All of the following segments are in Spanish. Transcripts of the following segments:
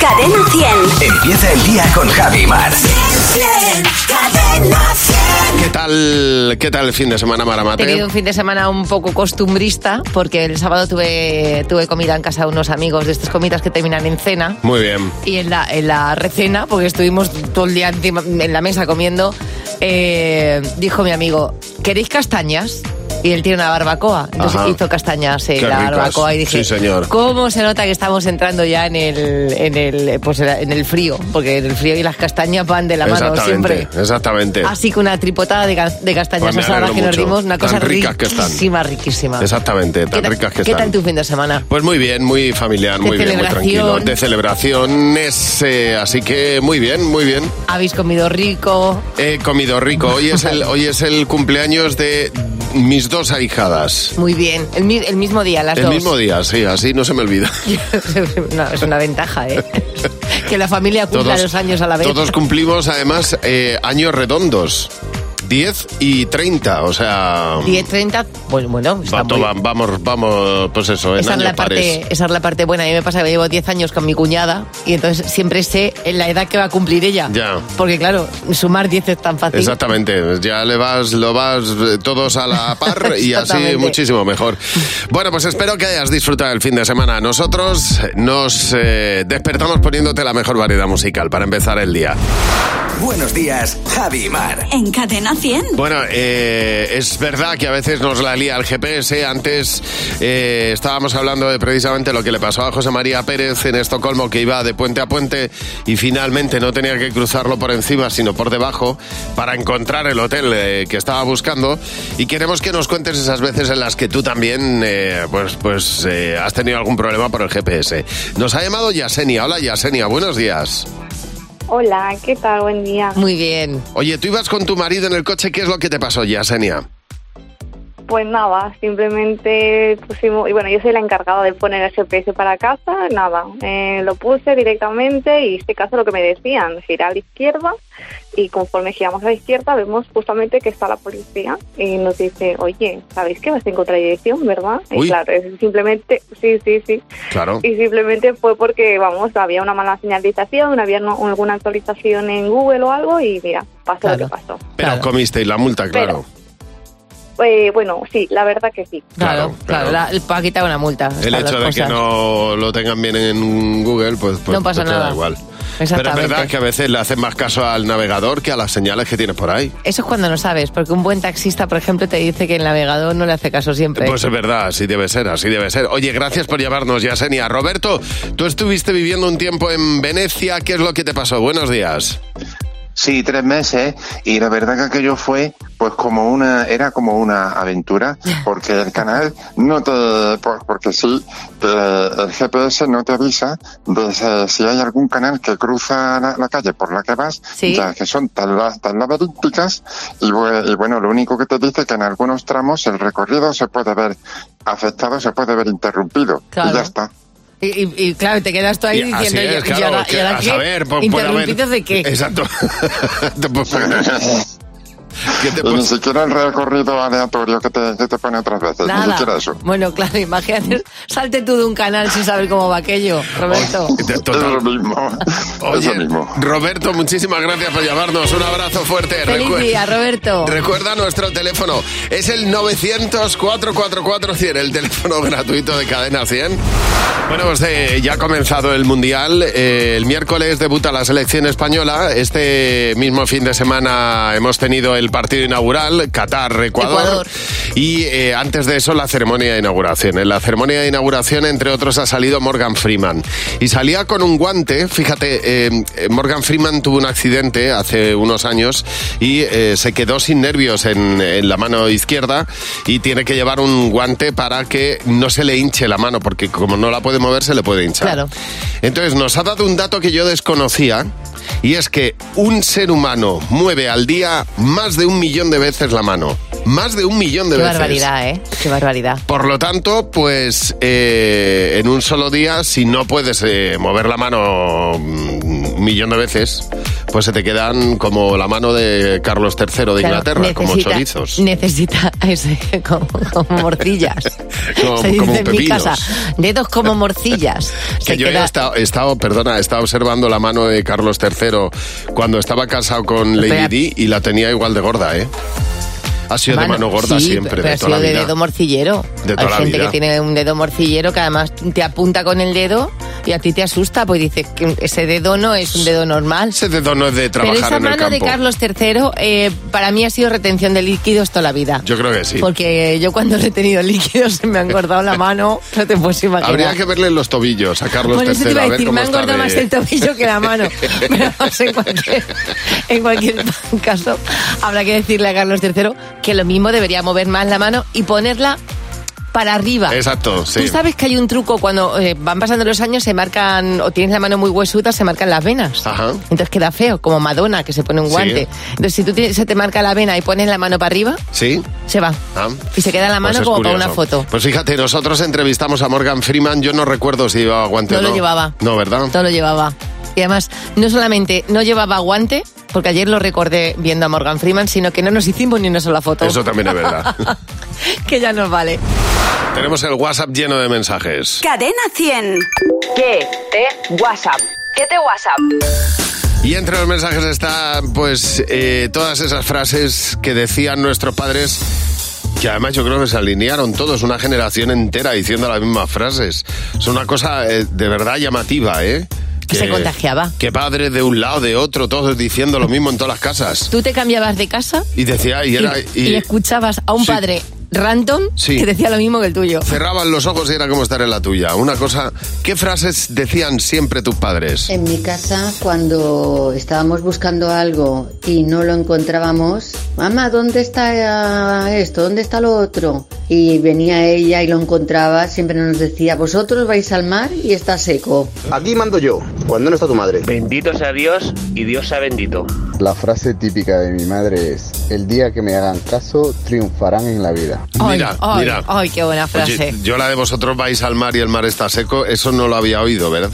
Cadena 100. Empieza el día con Javi Mar. Cadena 100. ¿Qué tal, ¿Qué tal el fin de semana, He Maramate? tenido un fin de semana un poco costumbrista porque el sábado tuve, tuve comida en casa de unos amigos de estas comidas que terminan en cena. Muy bien. Y en la, en la recena, porque estuvimos todo el día encima- en la mesa comiendo, eh, dijo mi amigo, ¿queréis castañas? Y él tiene una barbacoa. Entonces Ajá. hizo castañas en Qué la ricas. barbacoa y dije, Sí, señor. ¿cómo se nota que estamos entrando ya en el, en el, pues, en el frío? Porque el frío y las castañas van de la mano exactamente, siempre. Ah, exactamente. Así que una tripotada de, ga- de castañas Pues me asadas alegro que nos mucho. dimos, una Tan cosa ricas que están. riquísima, riquísima. Exactamente, tan ¿Qué tal- ricas que ¿Qué están. tal tu fin de semana? Pues muy bien, muy familiar, De muy bien, muy celebración. tranquilo. De celebraciones, eh, así que muy bien, muy bien. ¿Habéis comido rico? He comido rico. Hoy es el, hoy es el cumpleaños de mis dos ahijadas. Muy bien. El, mi- el mismo día, las El dos. mismo día, sí, así no se me olvida. no, es una ventaja, ¿eh? que la familia cumpla los años a la vez. Todos cumplimos además eh, años redondos. 10 y 30, o sea... 10, 30, bueno, bueno, está va- muy- va- vamos, vamos, pues eso, en Esa es, años la pares. parte, esa es la parte buena. A mí me pasa que llevo 10 años con mi cuñada y entonces siempre sé en la edad que va a cumplir ella. Ya. Porque claro, sumar 10 es tan fácil. Exactamente, ya le vas, lo vas eh, todos a la par y así Exactamente. muchísimo mejor. Bueno, pues espero que hayas disfrutado el fin de semana. Nosotros nos eh, despertamos poniéndote la mejor variedad musical para empezar el día. Buenos días, Javi Mar. En Cadena 100. Bueno, eh, es verdad que a veces nos la lía el GPS. Antes eh, estábamos hablando de precisamente lo que le pasó a José María Pérez en Estocolmo, que iba de puente a puente y finalmente no tenía que cruzarlo por encima, sino por debajo, para encontrar el hotel eh, que estaba buscando. Y queremos que nos cuentes esas veces en las que tú también eh, pues, pues, eh, has tenido algún problema por el GPS. Nos ha llamado Yasenia. Hola Yasenia, buenos días. Hola, ¿qué tal? Buen día. Muy bien. Oye, tú ibas con tu marido en el coche, ¿qué es lo que te pasó, Yasenia? Pues nada, simplemente pusimos, y bueno, yo soy la encargada de poner el GPS para casa, nada, eh, lo puse directamente y hice caso a lo que me decían, girar a la izquierda y conforme giramos a la izquierda vemos justamente que está la policía y nos dice, oye, ¿sabéis que vas en contradicción, verdad? Uy. Y claro, es simplemente, sí, sí, sí, Claro. Y simplemente fue porque, vamos, había una mala señalización, había no- alguna actualización en Google o algo y mira, pasó Claro. lo que pasó. Pero Claro. comisteis la multa, claro. Eh, bueno, sí, la verdad que sí. Claro, Claro, claro. claro. la- el pa quitar una multa. el Estas hecho de dos que cosas. no lo tengan bien en Google, pues, pues No pasa pues te nada. da igual. Pero es Exactamente. verdad que a veces le hacen más caso al navegador que a las señales que tienes por ahí. Eso es cuando no sabes, porque un buen taxista, por ejemplo, te dice que el navegador no le hace caso siempre. Pues es verdad, así debe ser, así debe ser. Oye, gracias por llamarnos, Yasenia. Roberto, tú estuviste viviendo un tiempo en Venecia, ¿qué es lo que te pasó? Buenos días. Sí, tres meses y la verdad que aquello fue pues como una era como una aventura porque el canal no te por- porque sí eh, el GPS no te avisa de si- si hay algún canal que cruza la, la calle por la que vas Sí. ya que son tan, la- tan laberínticas y, bue- y bueno lo único que te dice que en algunos tramos el recorrido se puede ver afectado se puede ver interrumpido Claro. y ya está Y, y- y, claro, te quedas tú ahí Y diciendo, así ¿y- es, y ahora- que y ahora a qué? saber, pues, puede haber- ¿Interrumpidos de qué? Exacto. Pues, pues, ¿Qué te y Pues ni pasó? siquiera el recorrido aleatorio que te, que te pone otras veces ni siquiera Nada. eso Bueno, claro, imagínate, salte tú de un canal sin saber cómo va aquello, Roberto. Es Total. lo mismo. es Oye, lo mismo. Roberto, muchísimas gracias por llamarnos. Un abrazo fuerte. Feliz Recue- día, Roberto. Recuerda nuestro teléfono. Es el 900-444-100, el teléfono gratuito de Cadena 100. Bueno, pues eh, ya ha comenzado el Mundial. Eh, el miércoles debuta la selección española. Este mismo fin de semana hemos tenido el partido inaugural, Qatar-Ecuador. Ecuador. Y eh, antes de eso, la ceremonia de inauguración. En la ceremonia de inauguración, entre otros, ha salido Morgan Freeman. Y salía con un guante. Fíjate, eh, Morgan Freeman tuvo un accidente hace unos años y eh, se quedó sin nervios en, en la mano izquierda y tiene que llevar un guante para que no se le hinche la mano, porque como no la puede mover, se le puede hinchar. Claro. Entonces, nos ha dado un dato que yo desconocía. Y es que un ser humano mueve al día más de un millón de veces la mano. más de un millón de Qué veces. barbaridad, ¿eh? Qué barbaridad. Por lo tanto, pues eh, en un solo día, si no puedes eh, mover la mano mm, un millón de veces, pues se te quedan como la mano de Carlos III de Claro, Inglaterra, como necesita- chorizos, Necesita ese, como, como morcillas. como, Se dice como en mi pepinos. casa, dedos como morcillas. Que Se yo queda- he estado, he estado- perdona, he estado observando la mano de Carlos III cuando estaba casado con Espera. Lady Di y la tenía igual de gorda, ¿eh? Ha sido de mano gorda sí, siempre, pero de ha toda la sido de vida. dedo morcillero. De toda Hay la gente que vida. tiene un dedo morcillero que además te apunta con el dedo y a ti te asusta, pues dices que ese dedo no es un dedo normal. Ese dedo no es de Pero trabajar esa en el mano campo. de Carlos III eh, para mí ha sido retención de líquidos toda la vida. Yo creo que sí. Porque yo cuando he retenido líquidos se me ha engordado la mano, no te puedes imaginar. Habría que verle los tobillos a Carlos Por eso III, te iba a a ver decir, cómo me ha está engordado de- más el tobillo que la mano. Pero vamos, en cualquier, en cualquier caso, habrá que decirle a Carlos III que lo mismo debería mover más la mano y ponerla para arriba. Exacto, sí. Tú sabes que hay un truco cuando eh, van pasando los años, se marcan, o tienes la mano muy huesuda, se marcan las venas. Ajá. Entonces queda feo, como Madonna que se pone un Sí. guante. Entonces, si tú tienes- se te marca la vena y pones la mano para arriba, Sí. se va. Ah. Y se queda la mano Pues es como para curioso. una foto. Pues fíjate, nosotros entrevistamos a Morgan Freeman. Yo no recuerdo si llevaba guante No o lo no. llevaba. No, ¿verdad? No lo llevaba. Y además, no solamente no llevaba guante, porque ayer lo recordé viendo a Morgan Freeman, sino que no nos hicimos ni una sola foto. Eso también es verdad. que ya nos vale. Tenemos el WhatsApp lleno de mensajes. Cadena 100. ¿Qué te WhatsApp? ¿Qué te WhatsApp? Y entre los mensajes están, pues, eh, todas esas frases que decían nuestros padres. Que además yo creo que se alinearon todos, una generación entera diciendo las mismas frases. Es una cosa eh, de verdad llamativa, ¿eh? Que se contagiaba. Que padres de un lado, de otro, todos diciendo lo mismo en todas las casas. Tú te cambiabas de casa Y decía, y y, era. y le escuchabas a un Sí. padre random Sí. que decía lo mismo que el tuyo. Cerraban los ojos y era como estar en la tuya. Una cosa. ¿Qué frases decían siempre tus padres? En mi casa, cuando estábamos buscando algo y no lo encontrábamos, mamá, ¿dónde está eh, esto? ¿Dónde está lo otro? Y venía ella y lo encontraba, siempre nos decía, vosotros vais al mar y está seco. Aquí mando yo, cuando no está tu madre. Bendito sea Dios y Dios sea bendito. La frase típica de mi madre es, el día que me hagan caso, triunfarán en la vida. Ay, mira, ay, mira. ay, qué buena frase. Oye, yo la de vosotros vais al mar y el mar está seco, eso no lo había oído, ¿verdad?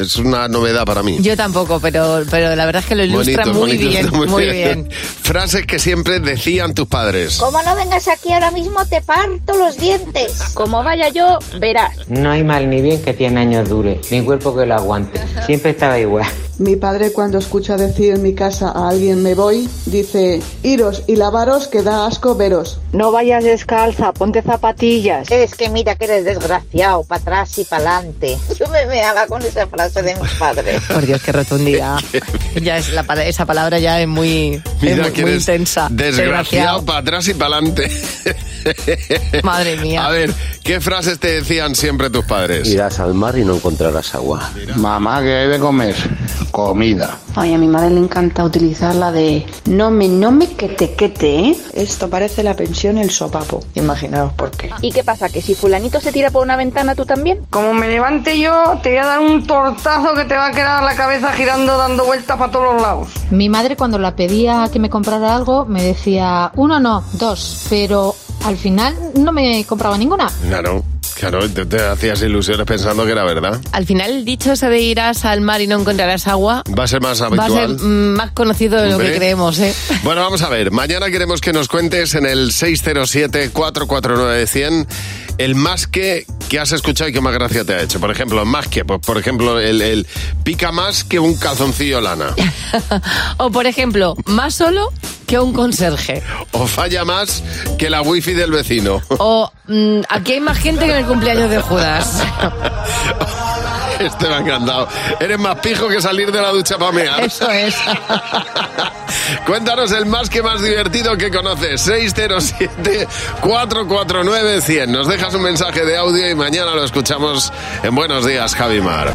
Es una novedad para mí. Yo tampoco, pero, pero la verdad es que lo ilustra muy, bonito, bien, está muy, bien. Frases que siempre decían tus padres. Como no vengas aquí ahora mismo, te parto los dientes. Como vaya yo, verás. No hay mal ni bien que tiene años dure, ni cuerpo que lo aguante. Siempre estaba igual. Mi padre cuando escucha decir en mi casa a alguien me voy, dice, iros y lavaros que da asco veros. No vayas descalza, ponte zapatillas. Es que mira que eres desgraciado, para atrás y para adelante. Yo me meaba con esa frase de mis padres. Por Dios, qué rotundidad. ya es la, pala- esa palabra ya es muy, es Mira muy- que muy eres intensa. Desgraciado para atrás y para adelante. Madre mía. A ver, ¿qué frases te decían siempre tus padres? Irás al mar y no encontrarás agua. Mamá, ¿qué hay de comer? Comida. Ay, a mi madre le encanta utilizar la de no me, no me quete, quete, ¿eh? Esto parece la pensión el sopapo. Imaginaos por qué. ¿Y qué pasa? ¿Que si fulanito se tira por una ventana, tú también? Como me levante yo, te voy a dar un tortazo que te va a quedar la cabeza girando, dando vueltas para todos los lados. Mi madre cuando la pedía que me comprara algo me decía uno no, dos, pero al final no me Eh, compraba ninguna. Claro, claro, te, te hacías ilusiones pensando que era verdad. Al final el dicho ese de irás al mar y no encontrarás agua Va a ser más va a habitual. ser mm, más conocido de lo Hombre. que creemos, ¿eh? Bueno, vamos a ver. Mañana queremos que nos cuentes en el 607-449-100 el más que que has escuchado y que más gracia te ha hecho. Por ejemplo, más que, pues, por ejemplo, el, el pica más que un calzoncillo lana. O por ejemplo, más solo que un conserje. O falla más que la wifi del vecino. O mm, aquí hay más gente que en el cumpleaños de Judas. Este me ha encantado. Eres más pijo que salir de la ducha para mear. Eso es. Cuéntanos el más que más divertido que conoces. 607-449-100. Nos dejas un mensaje de audio y mañana lo escuchamos en Buenos Días, Javi Mar.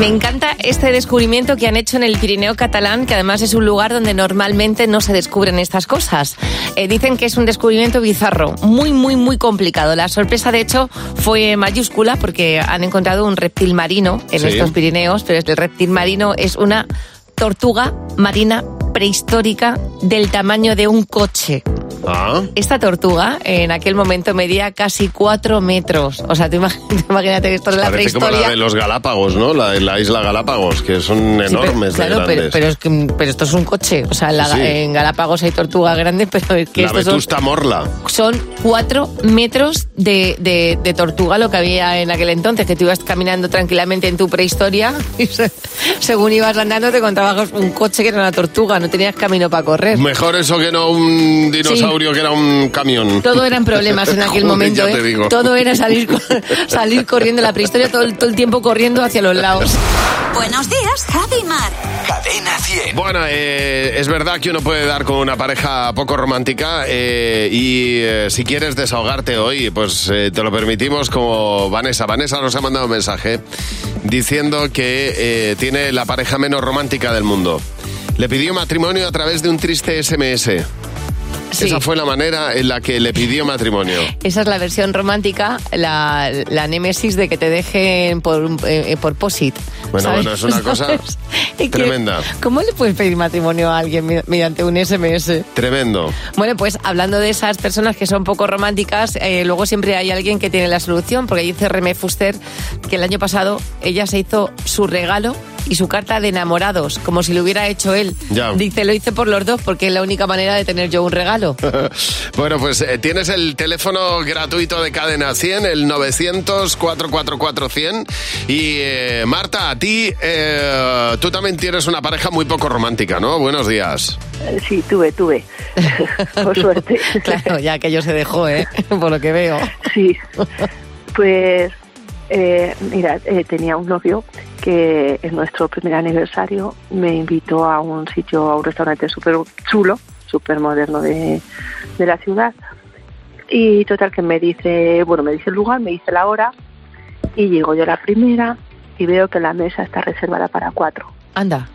Me encanta este descubrimiento que han hecho en el Pirineo catalán, que además es un lugar donde normalmente no se descubren estas cosas. Eh, dicen que es un descubrimiento bizarro, muy, muy, muy complicado. La sorpresa, de hecho, fue mayúscula porque han encontrado un reptil marino en Sí. estos Pirineos, pero este reptil marino es una tortuga marina prehistórica del tamaño de un coche. Ah. Esta tortuga en aquel momento medía casi 4 metros. O sea, tú imag- tú imagínate que esto es la Parece como prehistoria. la de los Galápagos, ¿no? La de la isla Galápagos, que son Sí, pero- enormes de claro, pero, grandes. pero es que- pero esto es un coche. O sea, en, la- Sí, sí. en Galápagos hay tortugas grandes, pero es que la estos son- Vetusta Morla. son cuatro metros de, de- de tortuga lo que había en aquel entonces, que tú ibas caminando tranquilamente en tu prehistoria y se- según ibas andando te encontrabas un coche que era una tortuga, no tenías camino para correr. Mejor eso que no un dinosaurio que era un camión. Todo eran problemas en aquel Joder, momento, ya ¿eh? te digo. Todo era salir, co- salir corriendo la prehistoria, todo, el- todo el tiempo corriendo hacia los lados. Buenos días, Javi y Mar. Cadena 100. Bueno, eh, es verdad que uno puede dar con una pareja poco romántica eh, y eh, si quieres desahogarte hoy, pues eh, te lo permitimos como Vanessa. Vanessa nos ha mandado un mensaje diciendo que eh, tiene la pareja menos romántica del mundo. Le pidió matrimonio a través de un triste SMS. Esa fue la manera en la que le pidió matrimonio. Esa es la versión romántica, la, la némesis de que te dejen por, eh, por posit. Bueno, bueno, es una cosa Y que- tremenda. ¿Cómo le puedes pedir matrimonio a alguien mi- mediante un SMS? Tremendo. Bueno, pues hablando de esas personas que son poco románticas, eh, luego siempre hay alguien que tiene la solución, porque dice Remé Fuster que el año pasado ella se hizo su regalo y su carta de enamorados, como si lo hubiera hecho él. Ya. Dice, lo hice por los dos, porque es la única manera de tener yo un regalo. Bueno, pues eh, tienes el teléfono gratuito de Cadena 100, el 900-444-100. Y eh, Marta, a ti, eh, tú también tienes una pareja muy poco romántica, ¿no? Buenos días. Sí, tuve, tuve. Por suerte. claro, ya que yo se dejó, ¿eh? Por lo que veo. Sí. Pues, eh, mira, eh, tenía un novio que en nuestro primer aniversario me invitó a un sitio, a un restaurante súper chulo, súper moderno de, de la ciudad. Y total que me dice, bueno, me dice el lugar, me dice la hora y llego yo la primera y veo que la mesa está reservada para cuatro. Anda.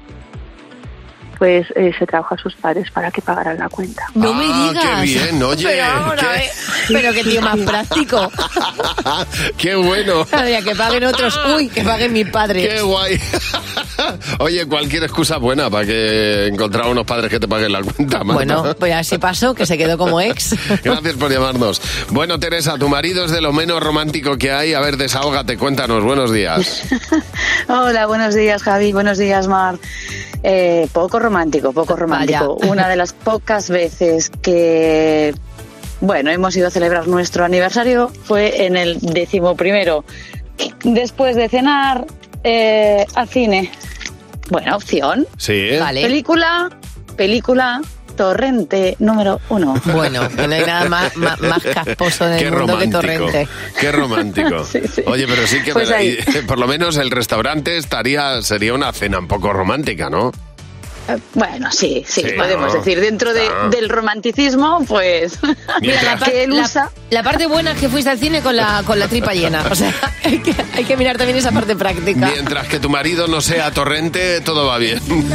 Pues eh, se trabaja a sus padres para que pagaran la cuenta. No Ah, me digas. qué bien, oye, Pero ahora, qué- ¿eh? Pero qué tío más práctico. ¡Qué bueno! Claro, ya que paguen otros. Uy, que paguen mis padres. ¡Qué guay! eh. Oye, cualquier excusa es buena para que encontrar unos padres que te paguen la cuenta, Marta. Bueno, pues así pasó, que se quedó como ex. Gracias por llamarnos. Bueno, Teresa, tu marido es de lo menos romántico que hay. A ver, desahógate, cuéntanos. Buenos días. Hola, buenos días Javi, buenos días Mar. Eh, poco romántico, poco romántico. Una de las pocas veces que, bueno, hemos ido a celebrar nuestro aniversario fue en el décimo primero. Después de cenar, eh, al cine. Buena opción. Sí. Película, película, torrente número uno. Bueno, que no hay nada más, más, más casposo en el Qué mundo que romántico. Torrente. Qué romántico. Oye, pero sí que Pues me da- ahí. y- por lo menos el restaurante estaría sería una cena un poco romántica, ¿no? Eh, Bueno, sí, sí, Sí, podemos no. decir. Dentro de- Ah. del romanticismo, pues. Mira, la par- que él la- usa. La parte buena es que fuiste al cine con la, con la tripa llena. O sea, hay que, hay que mirar también esa parte práctica. Mientras que tu marido no sea torrente, todo va bien.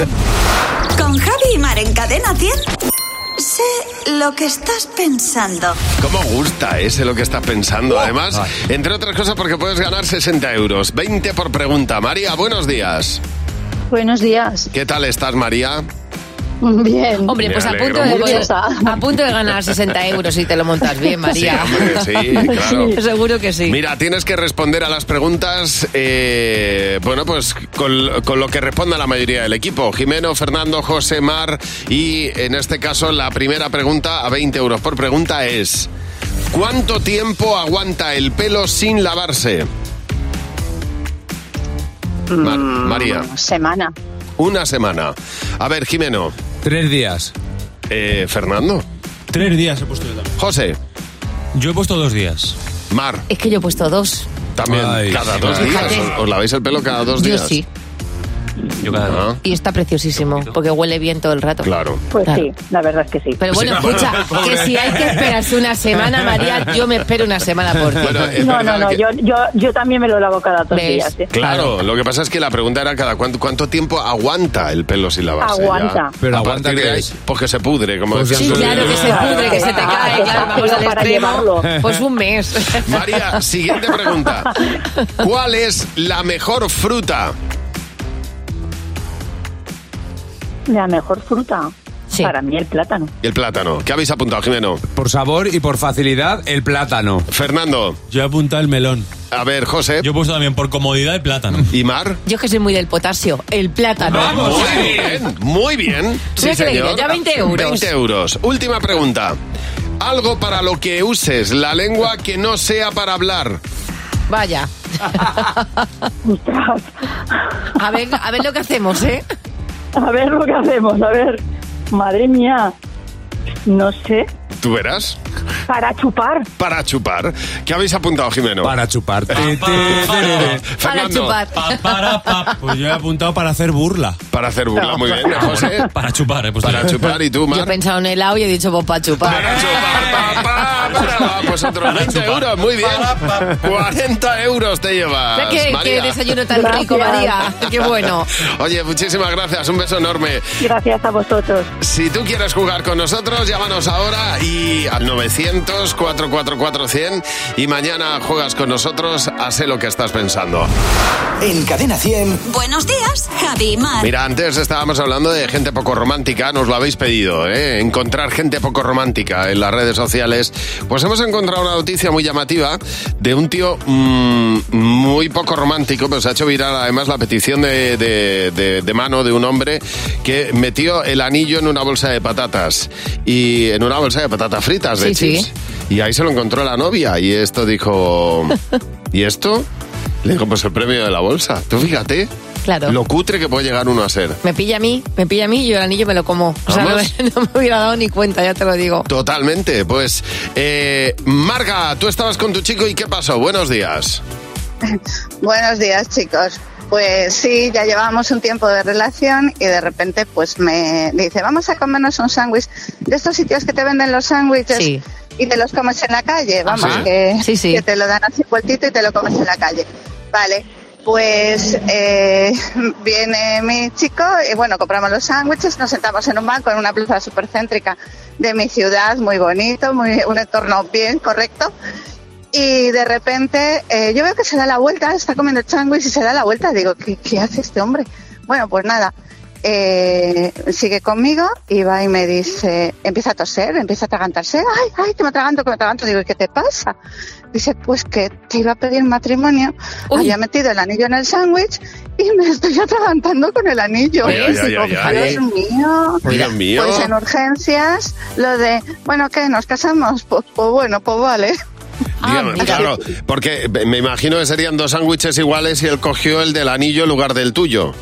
Con Javi y Mar en Cadena 100. Sé lo que estás pensando. ¿Cómo gusta ese lo que estás pensando? Además, entre otras cosas, porque puedes ganar 60 euros, 20 por pregunta. María, buenos días. Buenos días. ¿Qué tal estás, María? Bien. Hombre, Me pues a alegro punto, de, mucho. a punto de ganar 60 euros si te lo montas bien, María. Sí, hombre, sí, claro. Seguro que sí. Mira, tienes que responder a las preguntas, eh, bueno, pues con, con lo que responda la mayoría del equipo. Jimeno, Fernando, José, Mar y en este caso la primera pregunta a 20 euros por pregunta es ¿Cuánto tiempo aguanta el pelo sin lavarse? Ma- María, Semana. una semana. A ver, Jimeno. Tres días. Eh, Fernando. Tres días he puesto yo también. José. Yo he puesto dos días. Mar. Es que yo he puesto dos. También Ay, cada sí, dos Mar. días. Fíjate. ¿Os, os laváis el pelo cada dos Yo días? Ah. sí. Yo cada dos. Y está preciosísimo, porque huele bien todo el rato. Claro. Pues sí, la verdad es que sí. Pero bueno, Sí. escucha, que si hay que esperarse una semana, María, yo me espero una semana por ti. Bueno, es No, no, verdad no, que- yo, yo, yo también me lo lavo cada dos días. ¿eh? Claro, lo que pasa es que la pregunta era cada cuánto, cuánto tiempo aguanta el pelo sin lavarse. Aguanta. ya. Pero A aguanta partir de que ahí, es. pues que se pudre, como Pues decían sí, tus claro niños. que se Claro, Pudre, que se te ah, cae, que claro, está vamos al para extremo. llevarlo. Pues un mes. María, siguiente pregunta. ¿Cuál es la mejor fruta? La mejor fruta. Para mí el plátano. Y el plátano. ¿Qué habéis apuntado, Jimeno? Por sabor y por facilidad, el plátano. Fernando. Yo he apuntado el melón. A ver, José. Yo he puesto también por comodidad el plátano. ¿Y Mar? Yo que soy muy del potasio, el plátano. Vamos, eh. muy bien, muy bien. Sí, has creído, señor. ya 20 euros. 20 euros. Última pregunta. Algo para lo que uses la lengua que no sea para hablar. Vaya. a, ver, a ver lo que hacemos, ¿eh? A ver lo que hacemos, a ver. Madre mía. No sé. ¿Tú verás? Para chupar. Para chupar. ¿Qué habéis apuntado, Jimeno? Para chupar. Para Fernando. chupar. Este, Pues yo he apuntado para hacer burla. Para hacer burla, muy bien, José. Para chupar, eh, he puesto. Para chupar y tú, Yo he Mar. pensado en helado y he dicho, pues para chupar. Ah, pues otros 20 euros, muy bien. 40 euros te llevas. Ve que- María. que desayuno tan rico, María. Qué bueno. Oye, muchísimas gracias, un beso enorme. Gracias a vosotros. Si tú quieres jugar con nosotros, llámanos ahora y al 900-444-100 y mañana juegas con nosotros a sé lo que estás pensando. En Cadena 100. Buenos días, Javi y Mar. Mira, antes estábamos hablando de gente poco romántica, nos lo habéis pedido, ¿eh? encontrar gente poco romántica en las redes sociales. Pues hemos encontrado una noticia muy llamativa de un tío mm, muy poco romántico, pero se ha hecho viral además la petición de, de- de- de mano de un hombre que metió el anillo en una bolsa de patatas y en una bolsa de patatas fritas de Sí, sí. chips. Y ahí se lo encontró la novia y esto dijo, ¿y esto? Le dijo, pues el premio de la bolsa. Tú fíjate. Claro. Lo cutre que puede llegar uno a ser. Me pilla a mí, me pilla a mí y yo el anillo me lo como. O sea, no, Vamos. me- no me hubiera dado ni cuenta, ya te lo digo. Totalmente. Pues, eh, Marga, tú estabas con tu chico y ¿qué pasó? Buenos días. Buenos días, chicos. Pues sí, ya llevábamos un tiempo de relación y de repente pues me dice, vamos a comernos un sándwich de estos sitios que te venden los sándwiches Sí. y te los comes en la calle, vamos, Ajá. que, Sí, sí. que te lo dan así vueltito y te lo comes en la calle. Vale, pues eh, viene mi chico y bueno, compramos los sándwiches, nos sentamos en un banco en una plaza supercéntrica de mi ciudad, muy bonito, muy, un entorno bien correcto y de repente eh, yo veo que se da la vuelta, está comiendo el sándwich y se da la vuelta. Digo, ¿qué, qué hace este hombre? Bueno, pues nada, eh, sigue conmigo y va y me dice, empieza a toser, empieza a atragantarse. Ay, ay, que me atraganto, que me atraganto. Digo, "¿Y ¿qué te pasa? Dice, pues que te iba a pedir matrimonio, había metido el anillo en el sándwich y me estoy atragantando con el anillo. Ay, ay, ay, Digo, ay, ay. Dios mío. Dios Mira, mío. Pues en urgencias, lo de, bueno, ¿qué? ¿Nos casamos? Pues, pues bueno, pues vale. Ah, Dígame, claro, porque me imagino que serían dos sándwiches iguales y él cogió el del anillo en lugar del tuyo.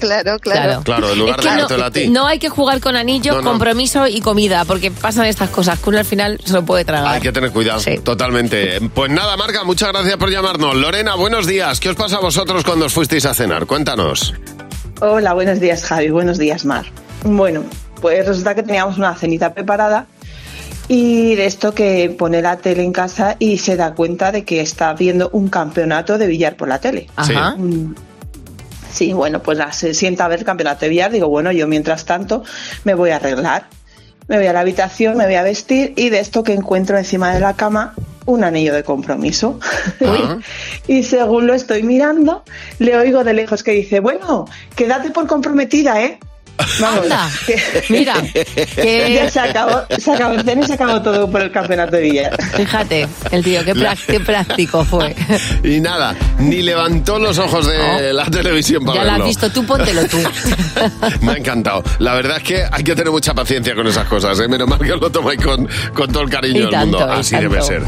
Claro, claro. Claro, en Es lugar que de no, dártelo a ti. no hay que jugar con anillo, No, no. compromiso y comida, porque pasan estas cosas que uno al final se lo puede tragar. Hay que tener cuidado, totalmente. Pues nada, Marga, muchas gracias por llamarnos. Lorena, buenos días. ¿Qué os pasa a vosotros cuando os fuisteis a cenar? Cuéntanos. Hola, buenos días Javi, buenos días Mar. Bueno, pues resulta que teníamos una cenita preparada y de esto que pone la tele en casa y se da cuenta de que está viendo un campeonato de billar por la tele. Ajá. Sí. Mm, Sí, bueno, pues nada, se sienta a ver el campeonato de billar, digo, bueno, yo mientras tanto me voy a arreglar, me voy a la habitación, me voy a vestir y de esto que encuentro encima de la cama un anillo de compromiso. Ah. Y según lo estoy mirando, le oigo de lejos que dice, bueno, quédate por comprometida, ¿eh? Vamos, Anda, que- mira, que- ya se acabó, se acabó el tenis, se acabó todo por el campeonato de billar. Fíjate, el tío, qué, La- prá- qué práctico fue. Y nada, ni levantó los ojos de la televisión para ya lo verlo. has visto tú, póntelo tú. Me ha encantado. La verdad es que hay que tener mucha paciencia con esas cosas. ¿eh? Menos mal que os lo tomáis con, con todo el Y cariño del tanto, mundo. y Así tanto. debe ser.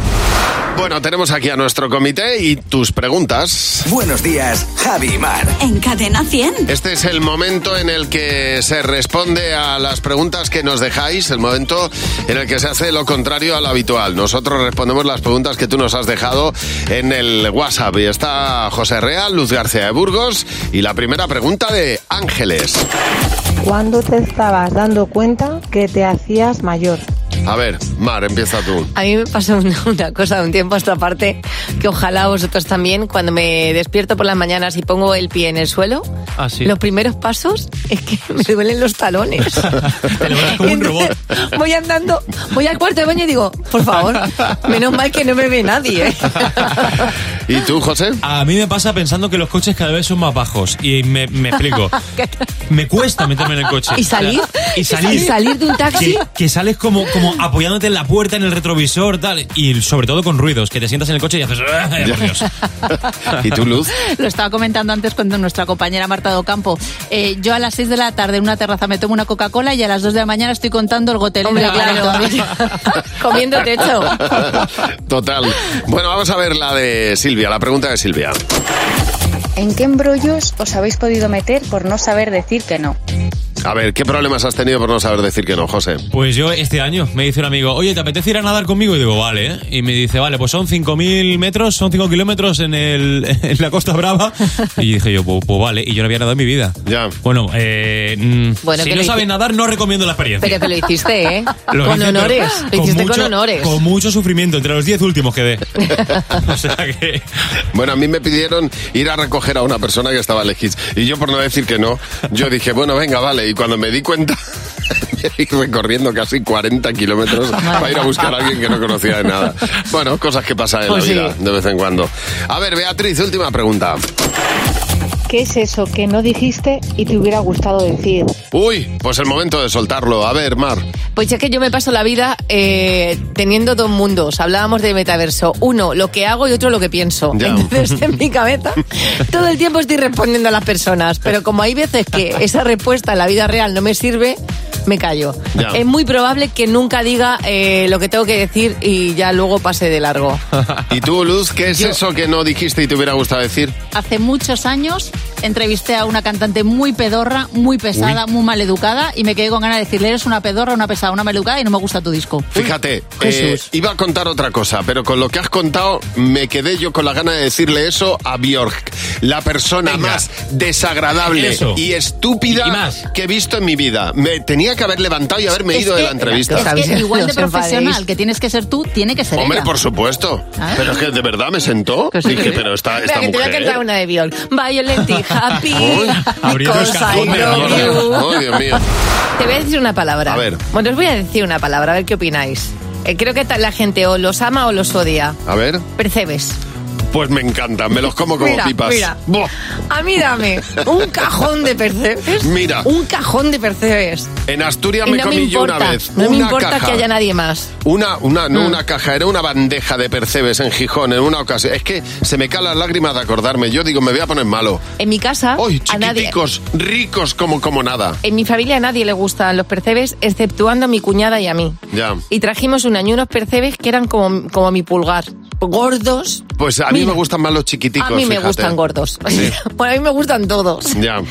Bueno, tenemos aquí a nuestro comité y tus preguntas. Buenos días, Javi y Mar. En Cadena 100. Este es el momento en el que se responde a las preguntas que nos dejáis, el momento en el que se hace lo contrario a lo habitual. Nosotros respondemos las preguntas que tú nos has dejado en el WhatsApp. Y está José Real, Luz García de Burgos y la primera pregunta de Ángeles. ¿Cuándo te estabas dando cuenta que te hacías mayor? A ver, Mar, empieza tú. A mí me pasó una, una cosa de un tiempo a esta parte que ojalá vosotros también, cuando me despierto por las mañanas y pongo el pie en el suelo, Ah, sí. los primeros pasos es que me duelen los talones. Como un robot. voy andando, voy al cuarto de baño y digo, por favor, menos mal que no me ve nadie. ¿eh? ¿Y tú, José? A mí me pasa pensando que los coches cada vez son más bajos. Y me, me explico. Me cuesta meterme en el coche. ¿Y salir? O sea, Y salir. ¿Y salir de un taxi? Que, que sales como, como apoyándote en la puerta, en el retrovisor, tal. Y sobre todo con ruidos, que te sientas en el coche y haces. "Ay, por Dios". ¿Y tú, Luz? Lo estaba comentando antes con nuestra compañera Marta Docampo. Eh, yo a las 6 de la tarde en una terraza me tomo una Coca-Cola y a las 2 de la mañana estoy contando el gotel. Hombre, claro. Comiendo techo. Total. Bueno, vamos a ver la de Silvia, la pregunta de Silvia. ¿En qué embrollos os habéis podido meter por no saber decir que no? A ver, ¿qué problemas has tenido por no saber decir que no, José? Pues yo este año me dice un amigo, oye, ¿te apetece ir a nadar conmigo? Y digo, vale. ¿eh?". Y me dice, vale, pues son 5.000 metros, son 5 kilómetros en, el, en la Costa Brava. Y dije yo, pues, pues vale. Y yo no había nadado en mi vida. Ya. Bueno, eh, mm, Bueno, si que no lo sabes hici- nadar, no recomiendo la experiencia. Pero que lo hiciste, ¿eh? Lo con hice, pero honores. Lo hiciste con mucho- honores. Con mucho sufrimiento, entre los 10 últimos quedé. O sea que. Bueno, a mí me pidieron ir a recoger a una persona que estaba lejos. Y yo, por no decir que no, yo dije, bueno, venga, vale. Y cuando me di cuenta, me iba recorriendo casi 40 kilómetros para ir a buscar a alguien que no conocía de nada. Bueno, cosas que pasan en Pues sí. la vida de vez en cuando. A ver, Beatriz, última pregunta. ¿Qué es eso que no dijiste y te hubiera gustado decir? Uy, pues el momento de soltarlo. A ver, Mar. Pues es que yo me paso la vida eh, teniendo dos mundos. Hablábamos de metaverso. Uno, lo que hago y otro, lo que pienso. Ya. Entonces, en mi cabeza, todo el tiempo estoy respondiendo a las personas. Pero como hay veces que esa respuesta en la vida real no me sirve, me callo. Ya. Es muy probable que nunca diga eh, lo que tengo que decir y ya luego pase de largo. ¿Y tú, Luz, qué es eso que no dijiste y te hubiera gustado decir? Hace muchos años entrevisté a una cantante muy pedorra, muy pesada, muy maleducada y me quedé con ganas de decirle, eres una pedorra, una pesada, una maleducada y no me gusta tu disco. Fíjate, Uy, eh, Jesús. iba a contar otra cosa, pero con lo que has contado me quedé yo con la gana de decirle eso a Bjork, la persona más desagradable Eso. y estúpida que he visto en mi vida. Me tenía que haber levantado y haberme Es ido de que- la entrevista. Es que igual de profesional que tienes que ser tú, tiene que ser Hombre, ella. por supuesto. Pero es que de verdad me sentó. Dije, pero esta, Ah. Pues Espera, esta que te voy a cantar mujer... ¿eh? una de Bjork. Violent y happy. abriendo el because cajón I de la love gorda. you. Oh, Dios mío. Te voy a decir una palabra. A ver. Bueno, os voy a decir una palabra, a ver qué opináis. Eh, creo que ta- la gente o los ama o los odia. A ver, Percebes. pues me encantan, me los como como mira, pipas. Mira. A mí dame un cajón de percebes. Mira. Un cajón de percebes. En Asturias Y me no comí me yo una importa. vez. No me una importa caja. que haya nadie más. Una, una, no Mm. una caja, era una bandeja de percebes en Gijón en una ocasión. Es que se me caen las lágrimas de acordarme. Yo digo, me voy a poner malo. En mi casa, a nadie. Ricos, ricos como, como nada. En mi familia a nadie le gustan los percebes, exceptuando a mi cuñada y a mí. Ya. Y trajimos un año unos percebes que eran como, como mi pulgar. Gordos. Pues a mí me gustan más los chiquiticos. a mí me fíjate. gustan gordos. Sí. Bueno, a mí me gustan todos. Ya.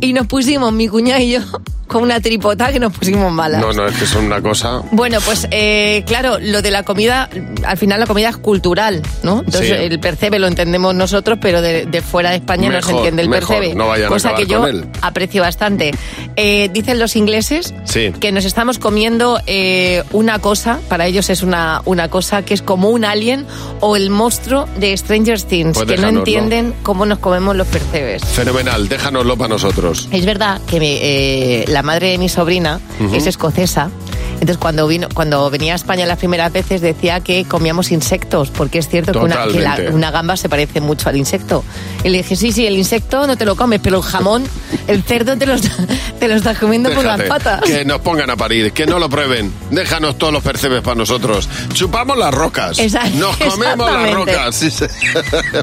Y nos pusimos, mi cuñada y yo, con una tripota que nos pusimos malas. No, no, es que son una cosa. Bueno, pues eh, claro, lo de la comida, al final la comida es cultural, ¿no? Entonces Sí. el percebe lo entendemos nosotros, pero de, de fuera de España no se Mejor, entiende el mejor, percebe. no vayan a cosa que acabar yo con él. aprecio bastante. Eh, dicen los ingleses Sí. que nos estamos comiendo eh, una cosa, para ellos es una, una cosa que es como un alien o el monstruo de Stranger Things, Pues que déjanoslo. no entienden cómo nos comemos los percebes. Fenomenal, déjanoslo para nosotros. Es verdad que mi- eh, la madre de mi sobrina Ujú. es escocesa. Entonces, cuando, vino, cuando venía a España las primeras veces, decía que comíamos insectos, porque es cierto que, una, que la- Totalmente. una gamba se parece mucho al insecto. Y le dije, sí, sí, el insecto no te lo comes, pero el jamón, el cerdo te lo, está- te lo estás comiendo por las Déjate, patas. Que nos pongan a parir, que no lo prueben. Déjanos todos los percebes para nosotros. Chupamos las rocas. Exact- Nos comemos las exactamente. rocas. Sí, sí.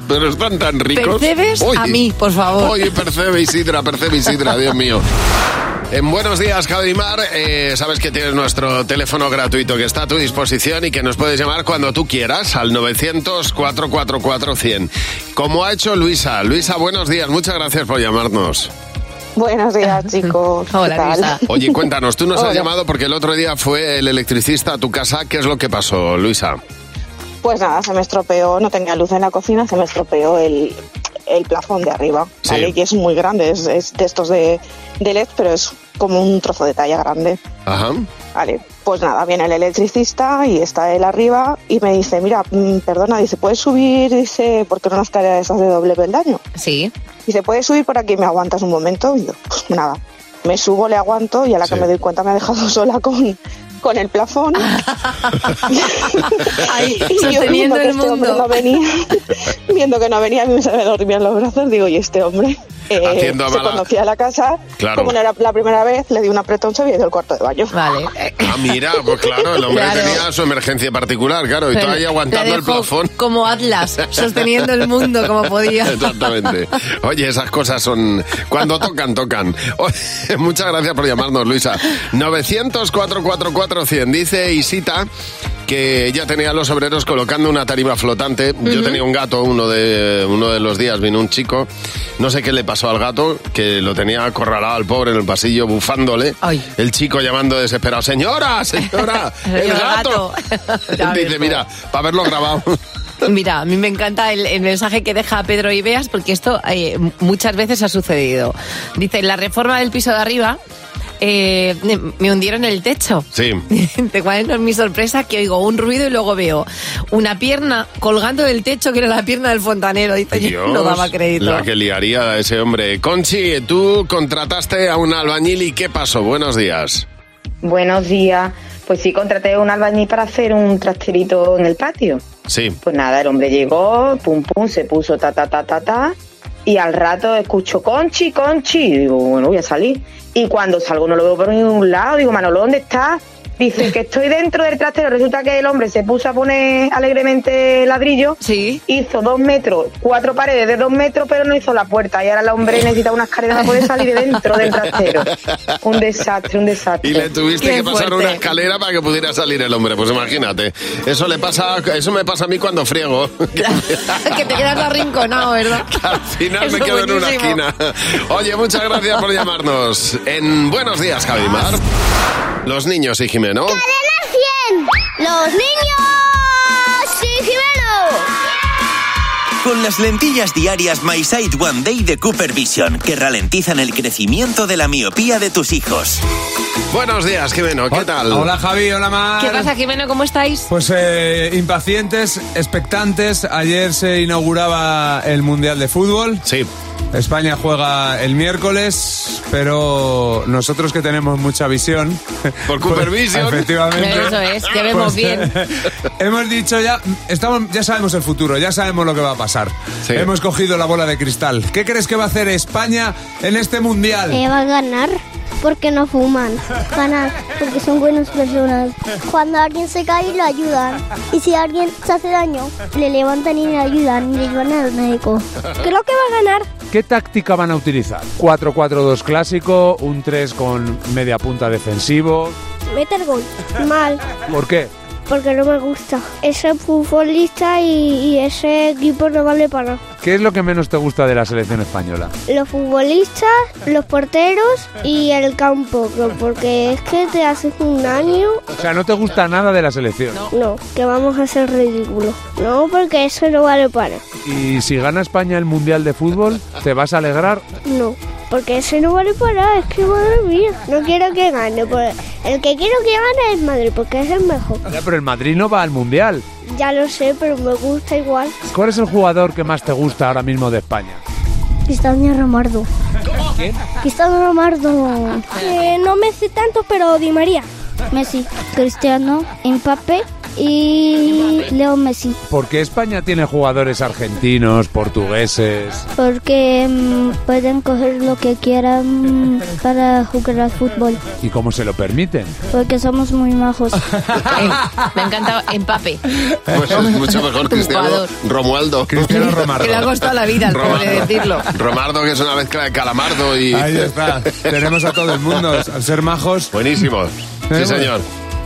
Pero están tan ricos. Percebes Uy. a mí, por favor. Oye, percebe Isidra, percebe Isidra, Dios mío. En Buenos Días, Javi Mar, eh, sabes que tienes nuestro teléfono gratuito que está a tu disposición y que nos puedes llamar cuando tú quieras al 900-444-100. Como ha hecho Luisa. Luisa, buenos días, muchas gracias por llamarnos. Buenos días, chicos. ¿Qué Hola, tal? Luisa. Oye, cuéntanos, tú nos has Hola. llamado porque el otro día fue el electricista a tu casa. ¿Qué es lo que pasó, Luisa? Pues nada, se me estropeó, no tenía luz en la cocina, se me estropeó el, el plafón de arriba, Sí. ¿vale? Y es muy grande, es, es de estos de, de LED, pero es como un trozo de talla grande, Ajá. ¿vale? Pues nada, viene el electricista y está él arriba y me dice, mira, mm, perdona, dice, ¿puedes subir? Dice, porque no nos cae esas de doble peldaño. Sí. Dice, ¿puedes subir por aquí? ¿Me aguantas un momento? Y yo, pues nada, me subo, le aguanto y a la Sí. que me doy cuenta me ha dejado sola con, con el plafón. Ahí, Y yo sosteniendo viendo que el este hombre mundo. no venía, viendo que no venía, a mí se me dormían los brazos. Digo, y este hombre. Eh, Haciendo se mala- conocía la casa. Claro. Como no era la primera vez, le di un apretón, se había ido al cuarto de baño. Vale. Ah, mira, pues claro, el hombre Claro. tenía su emergencia particular, claro, y Pero tú ahí la aguantando el dejó plafón. Como Atlas, sosteniendo el mundo como podía. Exactamente. Oye, esas cosas son. Cuando tocan, tocan. Oye, muchas gracias por llamarnos, Luisa. 900-444-100. Dice Isita que ya tenía a los obreros colocando una tarima flotante. Yo tenía un gato, uno de, uno de los días vino un chico. No sé qué le pasó al gato, que lo tenía acorralado al pobre en el pasillo, bufándole. El chico llamando desesperado: ¡Señora! ¡Señora! ¡El Señor gato! Ya ves pues. Dice: cómo. Mira, para haberlo grabado. Mira, a mí me encanta el, el mensaje que deja Pedro Ibeas porque esto eh, muchas veces ha sucedido. Dice, en la reforma del piso de arriba eh, me- me hundieron el techo. Sí. Dice, ¿Cuál es mi sorpresa? Que oigo un ruido y luego veo una pierna colgando del techo que era la pierna del fontanero. Dice, yo no Dios, daba crédito. La que liaría a ese hombre. Conchi, tú contrataste a un albañil y ¿qué pasó? Buenos días. Buenos días. Pues sí, contraté a un albañil para hacer un trasterito en el patio. Sí. Pues nada, el hombre llegó, pum pum, se puso ta ta ta ta ta. Y al rato escucho Conchi, Conchi. Y digo, bueno, voy a salir. Y cuando salgo no lo veo por ningún lado. Digo, Manolo, ¿dónde estás? Dice que estoy dentro del trastero. Resulta que el hombre se puso a poner alegremente ladrillo. Sí. Hizo dos metros, cuatro paredes de dos metros, pero no hizo la puerta. Y ahora el hombre necesita unas cadenas para poder salir de dentro del trastero. Un desastre, un desastre. Y le tuviste Qué que pasar fuerte. una escalera para que pudiera salir el hombre. Pues imagínate. Eso le pasa, eso me pasa a mí cuando friego. que te quedas arrinconado, ¿verdad? Al final me Eso quedo en una buenísimo. esquina. Oye, muchas gracias por llamarnos. En Buenos días, Javi Mar. Los niños y Jimeno. ¡Los niños! ¡Sí, Con las lentillas diarias My Sight One Day de Cooper Vision, que ralentizan el crecimiento de la miopía de tus hijos. Buenos días, Jimeno. ¿Qué tal? Hola Javi, hola Mar. ¿Qué pasa, Jimeno? ¿Cómo estáis? Pues eh, impacientes, expectantes. Ayer se inauguraba el Mundial de Fútbol. Sí. España juega el miércoles, pero nosotros que tenemos mucha visión. Por Cooper Vision. Efectivamente. Eso es, ya vemos Pues, eh, bien. Hemos dicho ya, estamos, ya sabemos el futuro, ya sabemos lo que va a pasar. Hemos cogido la bola de cristal. ¿Qué crees que va a hacer España en este mundial? Eh, va a ganar porque no fuman. Ganar porque son buenas personas. Cuando alguien se cae, lo ayudan. Y si alguien se hace daño, le levantan y le ayudan y le llevan al médico. Creo que va a ganar. ¿Qué táctica van a utilizar? 4-4-2 clásico, un 3 con media punta defensivo. Meter gol. Mal. ¿Por qué? Porque no me gusta. Ese futbolista y, y ese equipo no vale para nada. ¿Qué es lo que menos te gusta de la selección española? Los futbolistas, los porteros y el campo. Porque es que te haces un daño O sea, no te gusta nada de la selección. No, que vamos a ser ridículos. No, porque eso no vale para. Y si gana España el Mundial de Fútbol, ¿te vas a alegrar? No, porque eso no vale para. Es que madre mía, no quiero que gane. por- El que quiero que gane es Madrid, porque es el mejor. Ya, pero el Madrid no va al Mundial. Ya lo sé, pero me gusta igual. ¿Cuál es el jugador que más te gusta ahora mismo de España? Cristiano Romardo. Cristiano Romardo. no me sé tanto, pero Di María. Messi, Cristiano, Mbappé y Leo Messi. ¿Por qué España tiene jugadores argentinos, portugueses? Porque mm, pueden coger lo que quieran para jugar al fútbol. ¿Y cómo se lo permiten? Porque somos muy majos. Me ha encantado empape. Pues es mucho mejor Cristiano Jugador. Romualdo. Cristiano Que le ha costado la vida, al pobre decirlo. Romardo, que es una mezcla de calamardo y... Ahí está. Tenemos a todo el mundo, al ser majos. Buenísimos. Sí, señor.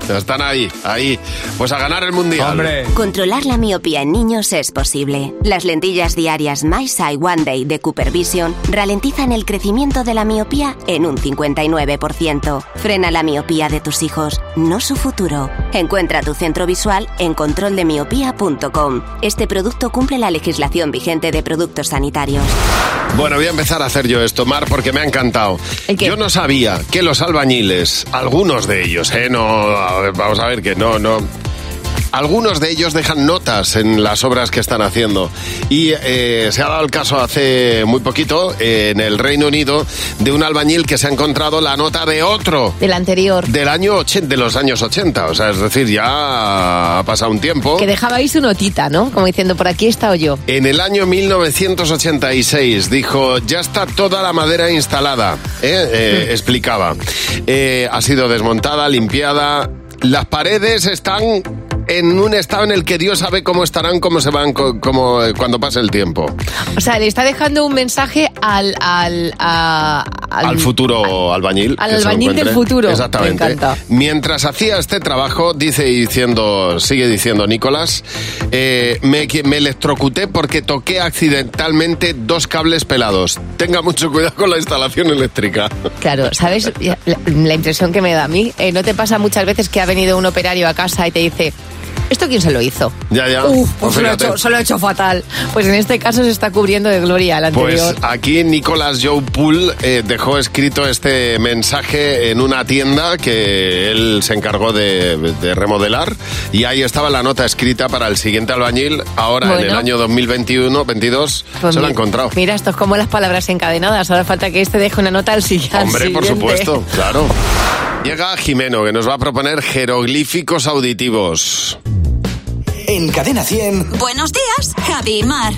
Están ahí, ahí. Pues a ganar el mundial. Hombre. Controlar la miopía en niños es posible. Las lentillas diarias My Sight One Day de Cooper Vision ralentizan el crecimiento de la miopía en un 59%. Frena la miopía de tus hijos, no su futuro. Encuentra tu centro visual en controldemiopía.com. Este producto cumple la legislación vigente de productos sanitarios. Bueno, voy a empezar a hacer yo esto, Mar, porque me ha encantado. Yo no sabía que los albañiles, algunos de ellos, ¿eh? No, a ver, vamos a ver que no, no. Algunos de ellos dejan notas en las obras que están haciendo. Y eh, se ha dado el caso hace muy poquito, eh, en el Reino Unido, de un albañil que se ha encontrado la nota de otro Del anterior. del año 80, de los años 80. O sea, es decir, ya ha pasado un tiempo. Que dejaba ahí su notita, ¿no? Como diciendo, por aquí he estado yo. En el año 1986 dijo, ya está toda la madera instalada, ¿eh? Eh, explicaba. Eh, ha sido desmontada, limpiada, las paredes están en un estado en el que Dios sabe cómo estarán, cómo se van, co- cómo, eh, cuando pase el tiempo. O sea, le está dejando un mensaje al... al, a- al- Al, futuro albañil. al que se lo albañil del encuentre. futuro. Exactamente. Me encanta. Mientras hacía este trabajo, dice diciendo, sigue diciendo Nicolás, eh, me, equi- me electrocuté porque toqué accidentalmente dos cables pelados. Tenga mucho cuidado con la instalación eléctrica. Claro, ¿sabes? Ya, La, la impresión que me da a mí, eh, ¿no te pasa muchas veces que ha venido un operario a casa y te dice, ¿esto quién se lo hizo? Ya, ya. Uf, Pues pues se lo, he fíjate. hecho, se lo he hecho fatal. Pues en este caso se está cubriendo de gloria al anterior. Pues aquí Nicolas Joe Poole eh, dejó escrito este mensaje en una tienda que él se encargó de, de remodelar y ahí estaba la nota escrita para el siguiente albañil. Ahora en el Bueno. año 2021-22 Pues se lo mi- ha encontrado. Mira, esto es como las palabras encadenadas. Ahora falta que este deje una nota al siguiente. al Hombre, por siguiente. supuesto, claro. Llega Jimeno que nos va a proponer jeroglíficos auditivos. En Cadena 100. Buenos días, Javi y Mar.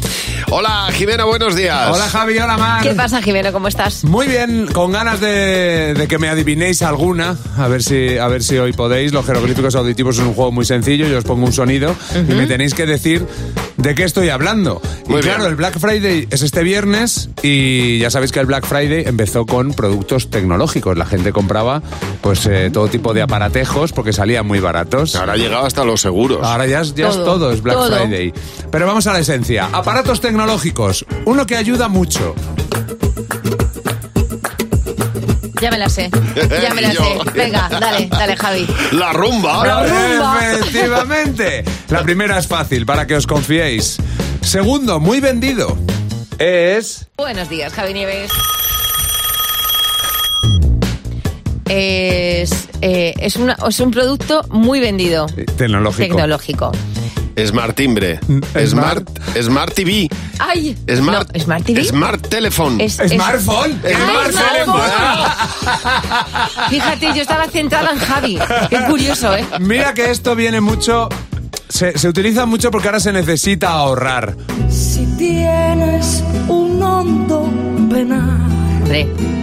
Hola Ah, Jimeno, buenos días. Hola Javi, hola Mar. ¿Qué pasa, Jimeno? ¿Cómo estás? Muy bien, con ganas de, de que me adivinéis alguna, a ver si a ver si hoy podéis. Los jeroglíficos auditivos es un juego muy sencillo, yo os pongo un sonido y me tenéis que decir de qué estoy hablando. Y Muy bien. claro, el Black Friday es este viernes y ya sabéis que el Black Friday empezó con productos tecnológicos. La gente compraba pues eh, todo tipo de aparatejos porque salían muy baratos. Ahora ha llegado hasta los seguros. Ahora ya, es- ya es Todo, todo, es Black todo. Friday. Pero vamos a la esencia. Aparatos tecnológicos, uno que ayuda mucho. Ya me la sé. Ya me la Y yo. sé. Venga, dale, dale, Javi. Eh, La rumba. La rumba. Efectivamente. La primera es fácil, para que os confiéis. Segundo, muy vendido. Es. Buenos días, Javi Nieves. Es, eh, es, una- es un producto muy vendido. tecnológico. Tecnológico. Smart timbre. Smart, Smart TV. ¡Ay! Smart, No, ¿Smart TV? Smart Telephone. Es- es- Smartphone. Ah, smartphone. Fíjate, yo estaba centrada en Javi. Qué curioso, ¿eh? Mira que esto viene mucho. Se, se utiliza mucho porque ahora se necesita ahorrar. Si tienes un hondo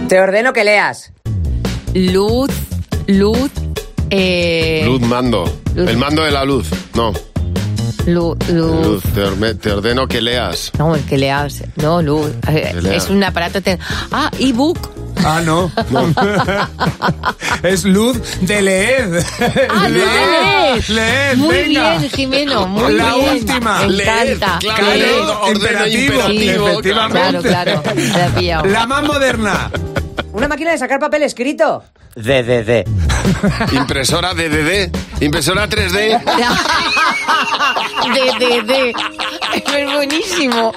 Te ordeno que leas. Luz, luz, eh, Luz mando. Luz. El mando de la luz. No. lu- luz. Luz. Te, orme- te ordeno que leas. No, el que leas. No, luz. Eh, Que lea. Es un aparato. te- Ah, ebook. Ah, no. es luz de LED. Ah, luz de LED. LED, Muy venga. bien, Jimeno. Muy La bien. última. Me encanta. Claro, LED. imperativo. Sí, efectivamente. Claro, claro. La he pillado. La más moderna. Una máquina de sacar papel escrito. DDD. Impresora DDD. Impresora 3D. De, de, de. Es buenísimo.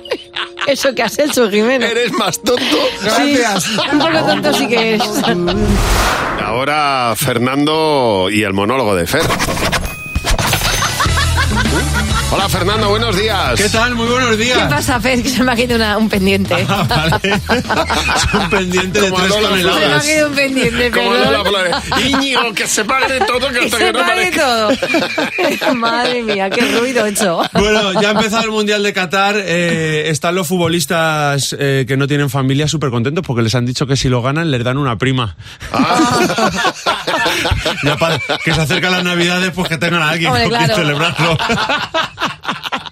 Eso que has hecho, Jimeno. Eres más tonto. Gracias. Sí, un poco tonto sí que es. Ahora Fernando y el monólogo de Fer. Hola Fernando, buenos días. ¿Qué tal? Muy buenos días. ¿Qué pasa, Fer? Que se me ha quedado una- un pendiente. Ah, Es un pendiente de tres Lola Se me ha toneladas. quedado un pendiente, Como perdón. Lola Flores. Íñigo, que se pare de todo, que Que hasta se que no pare todo. Madre mía, qué ruido he hecho. Bueno, ya ha empezado el Mundial de Qatar. eh, están los futbolistas eh, que no tienen familia súper contentos porque les han dicho que si lo ganan les dan una prima. Ah. Ya para que se acercan las navidades, pues que tengan a alguien Hombre, con claro. quien celebrarlo.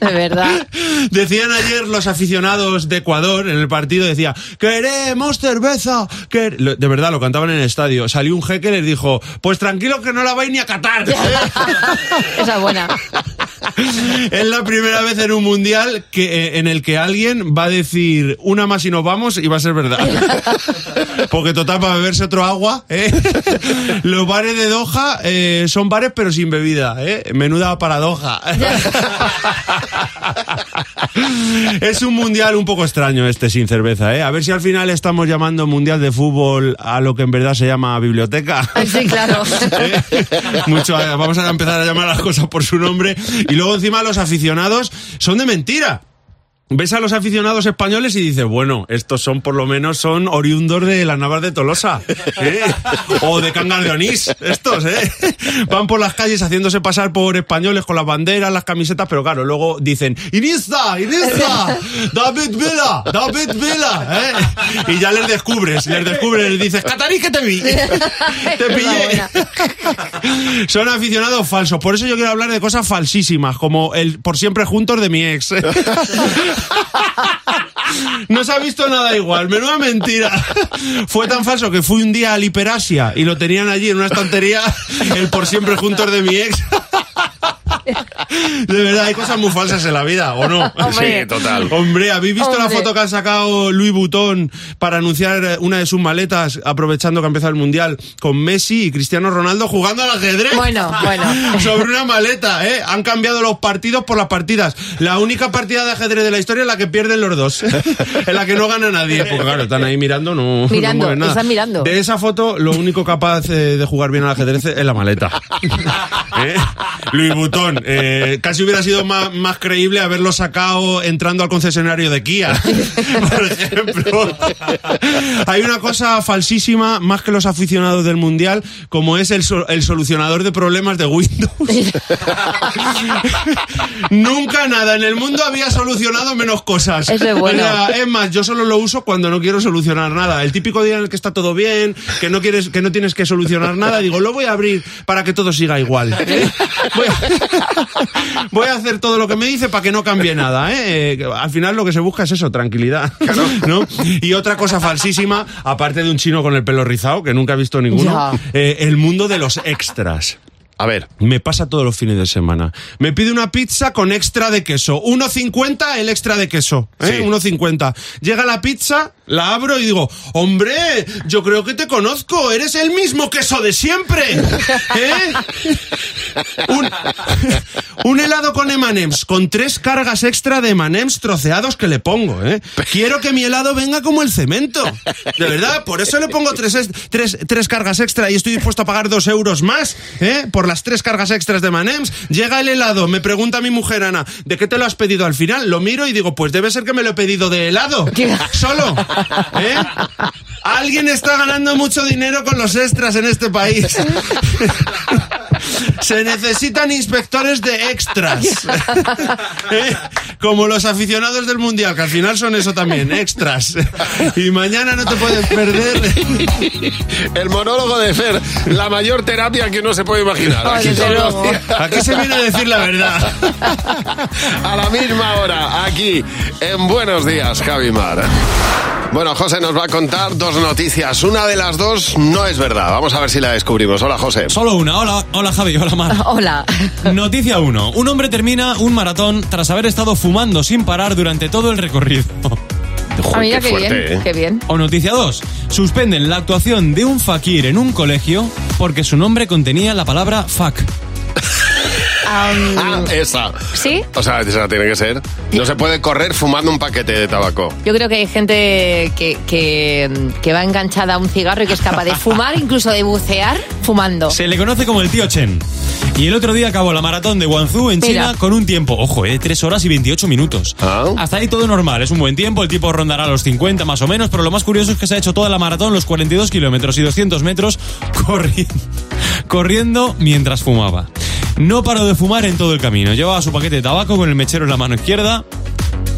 De verdad. Decían ayer los aficionados de Ecuador en el partido, decía, queremos cerveza. quer-". Lo- De verdad, lo cantaban en el estadio. Salió un jeque y les dijo, pues tranquilo que no la vais ni a catar. Esa es buena. es la primera vez en un mundial que, eh, en el que alguien va a decir una más y nos vamos y va a ser verdad. Porque total, para beberse otro agua, ¿eh? los bares de Doha eh, son bares pero sin bebida. ¿eh? Menuda paradoja. Es un mundial un poco extraño este sin cerveza, ¿eh? A ver si al final estamos llamando mundial de fútbol a lo que en verdad se llama biblioteca. Sí, claro. Mucho, eh, vamos a empezar a llamar las cosas por su nombre. Y luego encima los aficionados son de mentira. Ves a los aficionados españoles y dices, bueno, estos son por lo menos son oriundos de las Navas de Tolosa ¿eh? o de Cangas de Onís, estos, ¿eh? Van por las calles haciéndose pasar por españoles con las banderas, las camisetas, pero claro, luego dicen, Iniesta, Iniesta, David Vela, David Vela, ¿eh? Y ya les descubres, les descubres, les dices, Catarí, que te vi. Te pillé. Son aficionados falsos, por eso yo quiero hablar de cosas falsísimas, como el por siempre juntos de mi ex. No se ha visto nada igual, menuda mentira. Fue tan falso que fui un día al Hiperasia y lo tenían allí en una estantería el por siempre juntos de mi ex. De verdad, hay cosas muy falsas en la vida, Ah, ¿o no? Hombre. Sí, total. Hombre, ¿habéis visto la Hombre. foto que han sacado Louis Vuitton para anunciar eh, una de sus maletas, aprovechando que empieza el Mundial, con Messi y Cristiano Ronaldo jugando al ajedrez? Bueno, bueno. Sobre una maleta, ¿eh? Han cambiado los partidos por las partidas. La única partida de ajedrez de la historia es la que pierden los dos. En la que no gana nadie. Porque Pues claro, están ahí mirando, no, no Mirando, mueven nada. están mirando. De esa foto, lo único capaz eh, de jugar bien al ajedrez es la maleta. ¿Eh? Louis Vuitton. eh, casi hubiera sido más, más creíble haberlo sacado entrando al concesionario de Kia. Por ejemplo. Hay una cosa falsísima, más que los aficionados del Mundial, como es el, sol- el solucionador de problemas de Windows. Nunca nada en el mundo había solucionado menos cosas. Eso es bueno. O sea, es más, yo solo lo uso cuando no quiero solucionar nada. El típico día en el que está todo bien, que no quieres, que no tienes que solucionar nada, digo, lo voy a abrir para que todo siga igual. ¿eh? Voy a, voy a hacer todo lo que me dice para que no cambie nada. ¿eh? Eh, Al final lo que se busca es eso, tranquilidad. ¿no? Y otra cosa falsísima, aparte de un chino con el pelo rizado, que nunca he visto ninguno, eh, el mundo de los extras. A ver, me pasa todos los fines de semana. Me pide una pizza con extra de queso. 1,50 el extra de queso. ¿eh? 1,50. Llega la pizza, la abro y digo, hombre, yo creo que te conozco. Eres el mismo queso de siempre. ¿Eh? Un, un helado con emanems, con tres cargas extra de emanems troceados que le pongo. ¿eh? Quiero que mi helado venga como el cemento. De verdad, por eso le pongo tres, es- tres, tres cargas extra y estoy dispuesto a pagar dos euros más ¿eh? por las tres cargas extras de Manems. Llega el helado, me pregunta mi mujer Ana, ¿de qué te lo has pedido al final? Lo miro y digo, pues debe ser que me lo he pedido de helado. Solo. ¿eh? Alguien está ganando mucho dinero con los extras en este país. Se necesitan inspectores de extras. ¿Eh? Como los aficionados del Mundial, que al final son eso también, extras. Y mañana no te puedes perder. El monólogo de Fer, la mayor terapia que uno se puede imaginar. Ah, desde todos los luego. días. Aquí se viene a decir la verdad. A la misma hora, aquí, en Buenos Días, Javi Mar. Bueno, José nos va a contar dos noticias. Una de las dos no es verdad. Vamos a ver si la descubrimos. Hola, José. Solo una. Hola, hola Javi, hola Mar. Hola. Noticia 1. Un hombre termina un maratón tras haber estado fumando sin parar durante todo el recorrido. Ah, mira, qué, bien, qué bien. O noticia 2. Suspenden la actuación de un fakir en un colegio porque su nombre contenía la palabra fuck. Ah, esa. Um, ¿Sí? O sea, esa tiene que ser. No se puede correr fumando un paquete de tabaco. Yo creo que hay gente que, que, que va enganchada a un cigarro y que es capaz de fumar, incluso de bucear, fumando. Se le conoce como el tío Chen. Y el otro día acabó la maratón de Guangzhou en Mira. China con un tiempo, ojo, eh, 3 horas y 28 minutos. Hasta ahí todo normal, es un buen tiempo, el tipo rondará los 50 más o menos, pero lo más curioso es que se ha hecho toda la maratón, los 42 kilómetros y 200 metros, corriendo, corriendo mientras fumaba. No paró de fumar en todo el camino, llevaba su paquete de tabaco con el mechero en la mano izquierda.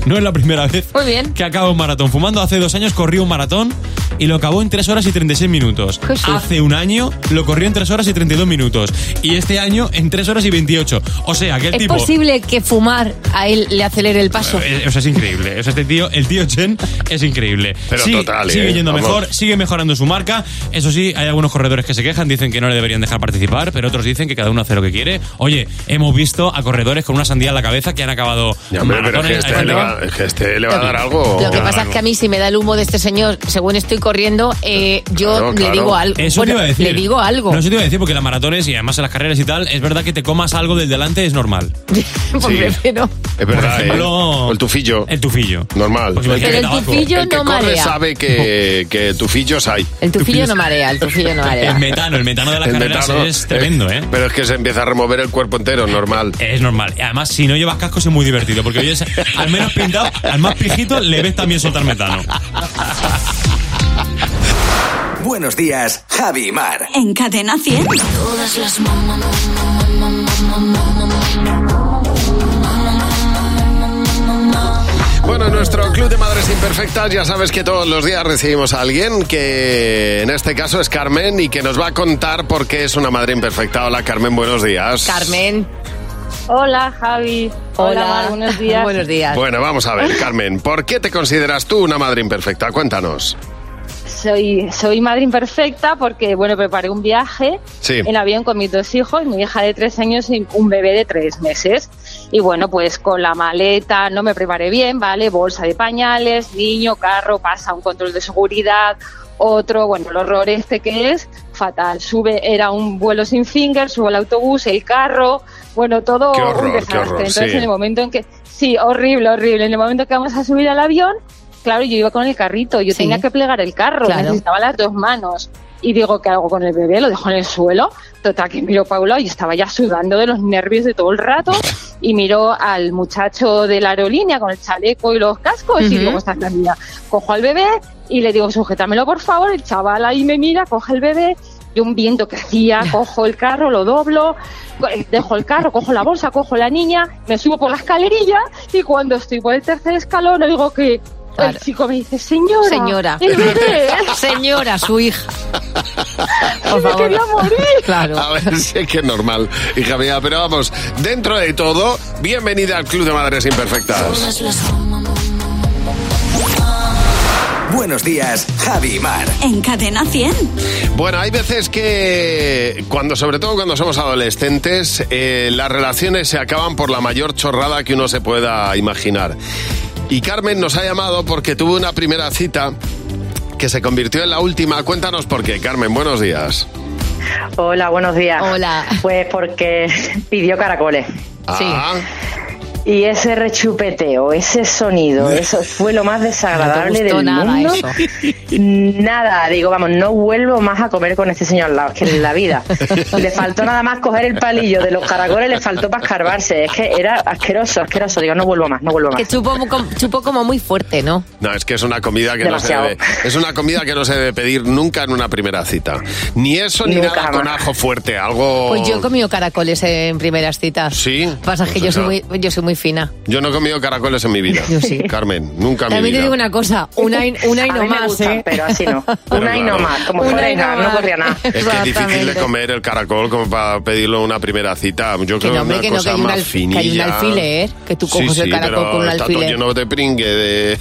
No es la primera vez que acaba un maratón fumando. Hace dos años corrió un maratón y lo acabó en 3 horas y 36 minutos. Hace un año lo corrió en 3 horas y 32 minutos. Y este año en 3 horas y 28. O sea, que el ¿Es tipo... posible que fumar a él le acelere el paso? Eh, O sea, es increíble. O sea, este tío, el tío Chen, es increíble. Pero Sí, total, Sigue eh, yendo vamos. mejor, sigue mejorando su marca. Eso sí, hay algunos corredores que se quejan, dicen que no le deberían dejar participar, pero otros dicen que cada uno hace lo que quiere. Oye, hemos visto a corredores con una sandía en la cabeza que han acabado. Ya, hombre, pero es maratones. que, Hay este gente le que- va, es que este le va a dar algo. Lo que pasa es que a mí si me da el humo de este señor, según estoy corriendo, eh, yo Claro, le claro. digo algo. Eso te Bueno, iba a decir. Le digo algo. No, eso te iba a decir porque las maratones y además en las carreras y tal, es verdad que te comas algo del delante, es normal. Pues Sí. prefiero. Es verdad, Por ¿eh? ejemplo, El tufillo. El tufillo. Normal. Pues imagínate Pero el tabaco. tufillo El que no corre marea. sabe que, que tufillos hay. El tufillo no marea, el tufillo no marea. El metano, el metano de las El carreras metano, es tremendo, ¿eh? Pero es que se empieza a remover el cuerpo entero, normal. Es normal. Además, si no llevas cascos es muy divertido, porque oyes, al menos pintado, al más pijito le ves también soltar metano. Buenos días, Javi y Mar. En Cadena 100. Todas las mamá, Bueno, en nuestro club de madres imperfectas ya sabes que todos los días recibimos a alguien que en este caso es Carmen y que nos va a contar por qué es una madre imperfecta. Hola Carmen, buenos días. Carmen. Hola, Javi. Hola. Mar, buenos días. Buenos días. Bueno, vamos a ver, Carmen, ¿por qué te consideras tú una madre imperfecta? Cuéntanos. Soy, soy madre imperfecta porque, bueno, preparé un viaje Sí. en avión con mis dos hijos, mi hija de tres años y un bebé de tres meses. Y bueno, pues con la maleta no me preparé bien, ¿vale? Bolsa de pañales, niño, carro, pasa un control de seguridad, otro, bueno, el horror este que es, fatal. Sube, era un vuelo sin finger, subo al autobús, el carro, bueno, todo Qué horror, un qué desastre. horror, Entonces, sí. en el momento en que, sí, horrible, horrible, en el momento que vamos a subir al avión, claro, yo iba con el carrito, yo tenía que plegar el carro, Claro. necesitaba las dos manos. Y digo, ¿qué hago con el bebé? Lo dejo en el suelo. Total, que miro a Paula y estaba ya sudando de los nervios de todo el rato. Y miro al muchacho de la aerolínea con el chaleco y los cascos. Y Ujú. digo, esta es la mía. Cojo al bebé y le digo, sujétamelo por favor. El chaval ahí me mira, coge el bebé. Yo un viento que hacía, cojo el carro, lo doblo, co- eh, dejo el carro, cojo la bolsa, cojo la niña, me subo por la escalerilla y cuando estoy por el tercer escalón, digo que el chico me dice, señora, Señora. el bebé". Señora, su hija. Por me favor. quería morir. Claro. A ver, sé que es normal, hija mía, pero vamos, dentro de todo, bienvenida al Club de Madres Imperfectas. Buenos días, Javi y Mar. En Cadena 100. Bueno, hay veces que, cuando, sobre todo cuando somos adolescentes, eh, las relaciones se acaban por la mayor chorrada que uno se pueda imaginar. Y Carmen nos ha llamado porque tuvo una primera cita que se convirtió en la última. Cuéntanos por qué, Carmen, buenos días. Hola, buenos días. Hola. Pues porque pidió caracoles. Ah. Sí. Y ese rechupeteo, ese sonido, eso fue lo más No te desagradable gustó del nada mundo. eso. Nada, digo, vamos, no vuelvo más a comer con este señor al lado, es que en la vida. le faltó nada más coger el palillo de los caracoles, le faltó para escarbarse, es que era asqueroso, asqueroso, digo, no vuelvo más, no vuelvo más. Que chupó, mu- com- chupó como muy fuerte, ¿no? No, es que es una comida que Demasiado. no se debe. Es una comida que no se debe pedir nunca en una primera cita. Ni eso ni Nunca nada con ajo fuerte, algo. Pues yo he comido caracoles en primeras citas. Oh. Sí. Pasa que pues yo soy, esa. muy, yo soy muy fina. Yo no he comido caracoles en mi vida. Yo sí. Carmen, nunca en mi También te vida. digo una cosa, una y, una y A no mí me más, gustan, ¿eh? pero así no. Pero Una y no claro. más, como Una fuera y no hija, no más. podría nada. Es que es difícil de Exactamente. comer el caracol como para pedirlo en una primera cita. Yo Que creo no, que hombre, una que no, que cosa hay, un más alf- que finilla. hay un alfiler, que tú Sí, coges sí, el caracol pero con un está todo alfiler. lleno de pringue de...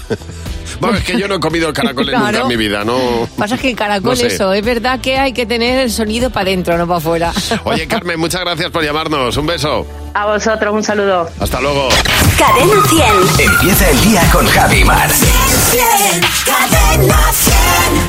Bueno, es que yo no he comido caracoles nunca Claro. en mi vida, no... Pasa que el caracol, No sé. eso, es verdad que hay que tener el sonido para adentro, no para afuera. Oye, Carmen, muchas gracias por llamarnos. Un beso. A vosotros, un saludo. Hasta luego. Cadena 100. Empieza el día con Javi y Mar. Cadena 100.